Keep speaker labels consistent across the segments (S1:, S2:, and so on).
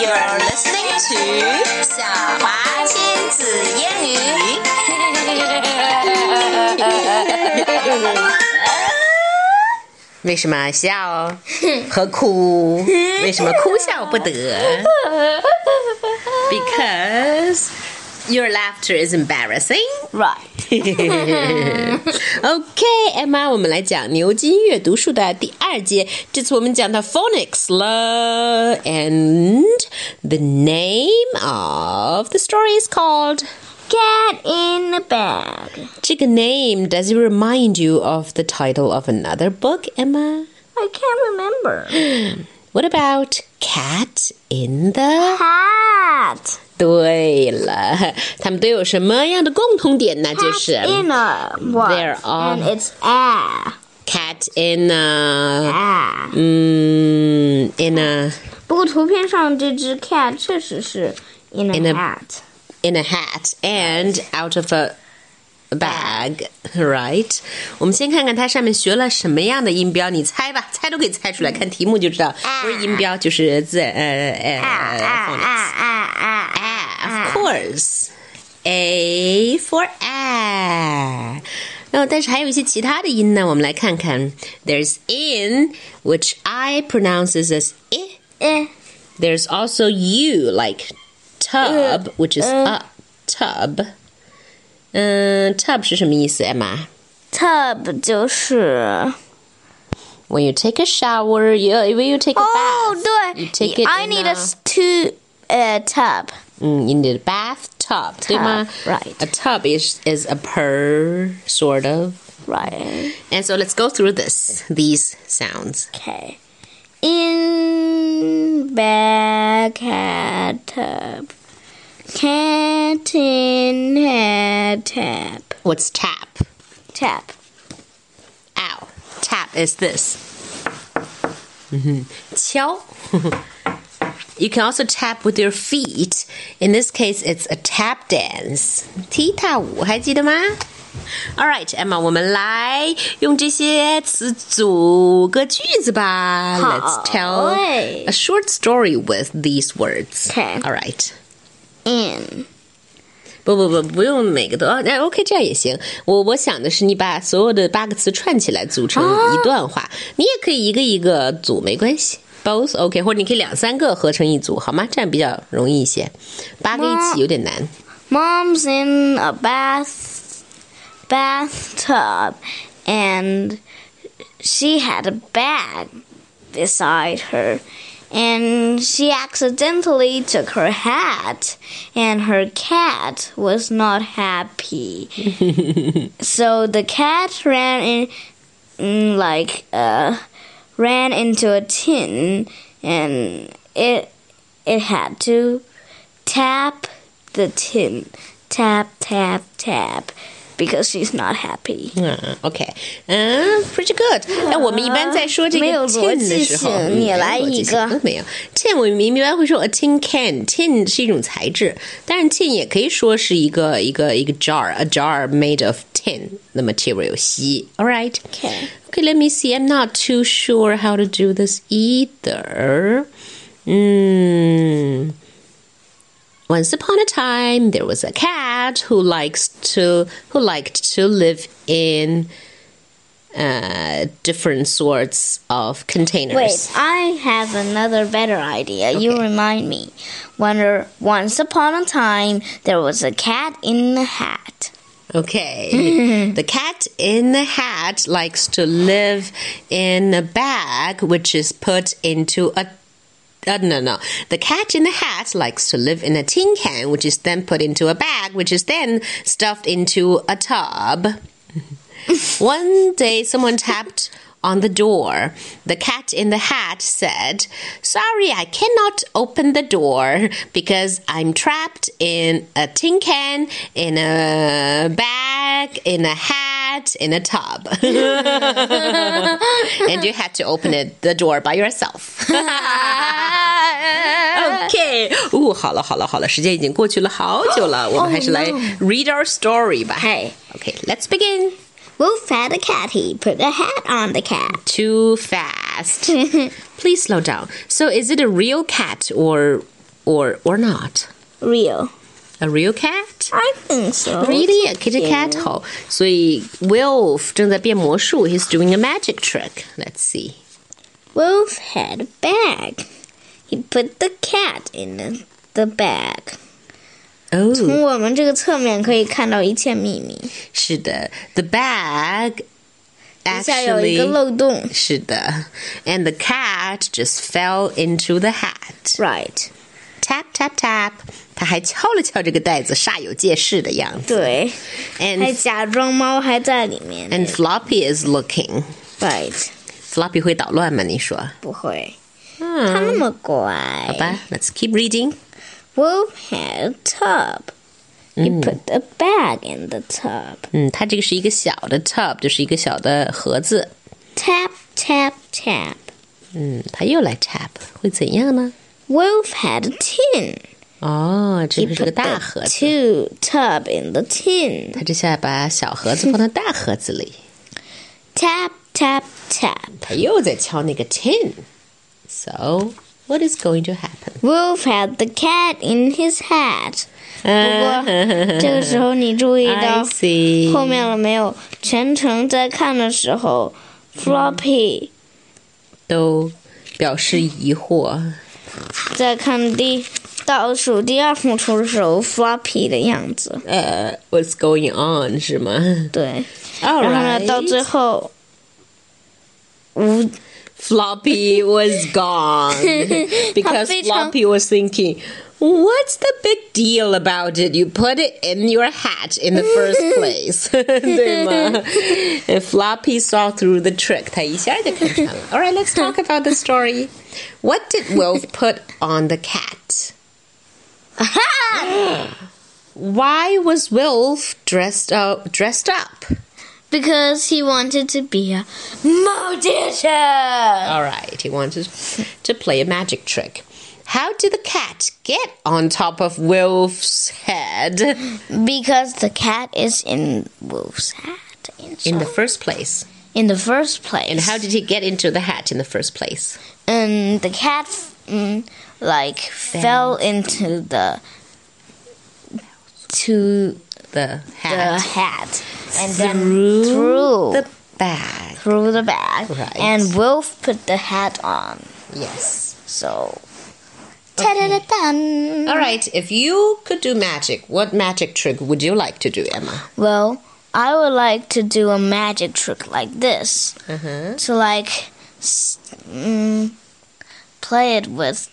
S1: You're listening to 小华亲子英语。
S2: 为什么笑和哭？为什么哭笑不得？Because your laughter is embarrassing.
S3: Right.
S2: OK，Emma，我们来讲牛津阅读树的第二节。这次我们讲到 phonics 了，and the name of the story is called。
S3: Get in the bag.
S2: 这个 name does it remind you of the title of another book, Emma?
S3: I can't remember.
S2: What about cat in the？
S3: Hat.
S2: 对了，他们都有什么样的共同点呢？就是
S3: Hat in a what?
S2: There are-
S3: And it's a.
S2: cat in a，
S3: a.
S2: 嗯，in a
S3: 不过图片上这只 cat 确实是 in a
S2: In a-
S3: hat.
S2: in a hat and out of a bag, right？我们先看看它上面学了什么样的音标，你猜吧，猜都可以猜出来，看题目就知道，不是音标就是字，呃呃，phonics。啊 of course. A for a. 那但是还有一些其他的音呢，我们来看看。There's in, which I pronounces as i.
S3: Eh,
S2: There's also you, like tub, which is a tub. 嗯、uh,，tub 是什么意思，Emma?
S3: tub 就是
S2: When you take a shower, you when you take a bath.
S3: 哦，Oh, 对
S2: you take it
S3: I
S2: in
S3: need
S2: a-
S3: a two 呃 tub
S2: Mm, 嗯，you need a bathtub, 对吗
S3: right.
S2: A tub is is a per sort of.
S3: right
S2: And so let's go through this these sounds.
S3: okay in bag hat tub cat in hat tap
S2: What's tap?
S3: tap
S2: Ow. Tap is this. Mm-hmm. you can also tap with your feet. In this case, it's a tap dance. 踢踏舞，还记得吗？All right, Emma，我们来用这些词组个句子吧。Let's
S3: 好
S2: tell
S3: 嘞
S2: a short story with these words.
S3: Okay.
S2: All right.
S3: in
S2: 不不不，不用每个都啊，那 OK，这样也行。我我想的是，你把所有的八个词串起来组成一段话，你也可以一个一个组，没关系。Both OK，或者你可以两三个合成一组，好吗？这样比较容易一些。八个一起有点难。
S3: mom's in a bath bathtub and she had a bag beside her and she accidentally took her hat and her cat was not happy so the cat ran in mm, like uh, ran into a tin and it it had to tap the tin tap tap tap because she's not happy
S2: 嗯，OK，嗯，pretty good。那我们一般在说这个
S3: 没有
S2: tin
S3: 逻
S2: 的
S3: 辑
S2: 时候，
S3: 性
S2: 嗯
S3: 你来
S2: 逻辑
S3: 一
S2: 性
S3: 个
S2: 都没有 tin，我们一般会说 a tin can，tin 是一种材质，但是 tin 也可以说是一个一个一个 jar，a jar made of tin the material 锡。All right。
S3: Okay.
S2: Okay, let me see. I'm not too sure how to do this either. Mm. Once upon a time, there was a cat who likes to who liked to live in uh, different sorts of containers.
S3: Wait, I have another better idea. You remind me. Wonder once upon a time there was a cat in a hat.
S2: Okay. the cat in the hat likes to live in a bag which is put into a uh, no, no. The cat in the hat likes to live in a tin can, which is then put into a bag, which is then stuffed into a tub. One day, someone tapped on the door. The cat in the hat said, Sorry, I cannot open the door because I'm trapped in a tin can, in a bag, in a hat, in a tub. and you had to open it, the door by yourself. Okay. 哦，好了好了好了，时间已经过去了好久了，我们还是来 read our story 吧。
S3: Hey.
S2: Okay, let's begin.
S3: Wolf had a cat. He put a hat on the cat.
S2: Too fast. Please slow down. So, is it a real cat or or or not?
S3: Real.
S2: A real cat?
S3: I think so.
S2: Really, a kitty cat? 好，所以 Wilf 正在变魔术，He's doing a magic trick. Let's see.
S3: Wolf had a bag. He put the cat in the, the bag.
S2: 哦，
S3: 从我们这个侧面可以看到一切秘密。
S2: 是的，the uh, bag
S3: 底下有一个
S2: actually
S3: 漏洞。
S2: 是的，and the cat just fell into the hat.
S3: Right.
S2: Tap tap tap，他还敲了敲这个袋子，煞有介事的样子。
S3: 对，还
S2: And
S3: 假装猫还在里面。
S2: and Floppy is looking.
S3: right.
S2: Floppy 会捣乱吗？你说？
S3: 不会，它
S2: 嗯，
S3: 那么乖。
S2: 好吧，Let's keep reading.
S3: Wolf had a tub. He
S2: Mm。
S3: put a bag in the tub.
S2: 嗯，它这个是一个小的 tub，就是一个小的盒子。
S3: Tap, tap, tap.
S2: 嗯，它又来 tap，会怎样呢？
S3: Wolf had a tin.
S2: 哦，这
S3: He
S2: 个 是个
S3: put
S2: 大盒
S3: the
S2: 子，
S3: two tub in the tin.
S2: 它这下把小盒子放到大盒子里，
S3: Tap, tap, tap.
S2: 它又在敲那个 tin。So what is going to happen？
S3: Wolf had the cat in his hat.
S2: 嗯
S3: 这个时候你注意
S2: ，I
S3: 到
S2: see。
S3: 后面了没有？全程在看的时候，Floppy
S2: 都表示疑惑。
S3: 在看第倒数第二幅图的时候，Floppy 的样子。
S2: 呃、w h a t s going on？是吗
S3: 对，
S2: ？All
S3: 然后呢，到最
S2: right.
S3: 后无
S2: Floppy was gone because
S3: 他非常-
S2: Floppy was thinking, "What's the big deal about it? You put it in your hat in the first place." 对吗？And Floppy saw through the trick. 他一下就看穿了。All right, let's talk about the story. What did Wolf put on the cat? Why was Wolf dressed up? Dressed up.
S3: because he wanted to be a magician.
S2: All right, he wanted to play a magic trick. How did the cat get on top of Wolf's head
S3: Because the cat is in Wolf's hat
S2: in
S3: inside-
S2: the first place?
S3: in the first place.
S2: And how did he get into the hat in the first place?
S3: and the cat mm, like fell into the to
S2: The
S3: the
S2: hat
S3: hat and then
S2: through
S3: through
S2: the bag.
S3: through the bag
S2: Right.
S3: and Wolf put the hat on.
S2: Yes.
S3: So ta-da-da-dun.
S2: All right, if you could do magic, what magic trick would you like to do, Emma?
S3: Well, I would like to do a magic trick like this
S2: Uh-huh.
S3: to like s- mm, play it with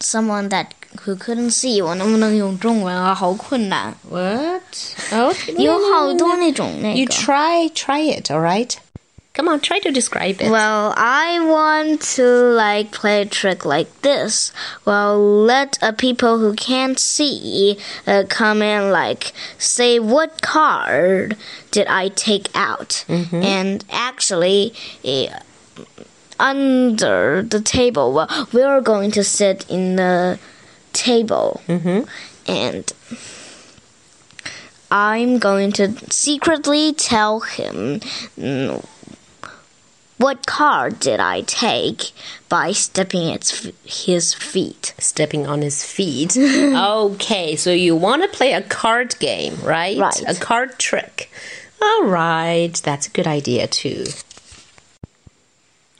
S3: someone that who couldn't see. 我能不能用中文啊？好困难。
S2: What? Oh,
S3: 有好多那种那个。
S2: You try try it, all right? Come on, try to describe it.
S3: Well, I want to like play a trick like this. Well, let a people who can't see uh, come in like say what card did I take out? And actually, eh, under the table, well, we're going to sit in the table, and I'm going to secretly tell him. mm, what card did I take by stepping its his feet?
S2: stepping on his feet. okay, so you want to play a card game, right?
S3: Right.
S2: A card trick. All right, that's a good idea too.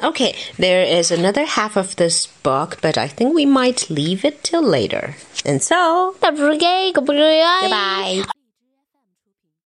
S2: Okay, there is another half of this book, but I think we might leave it till later. And so,
S3: Goodbye.
S2: goodbye.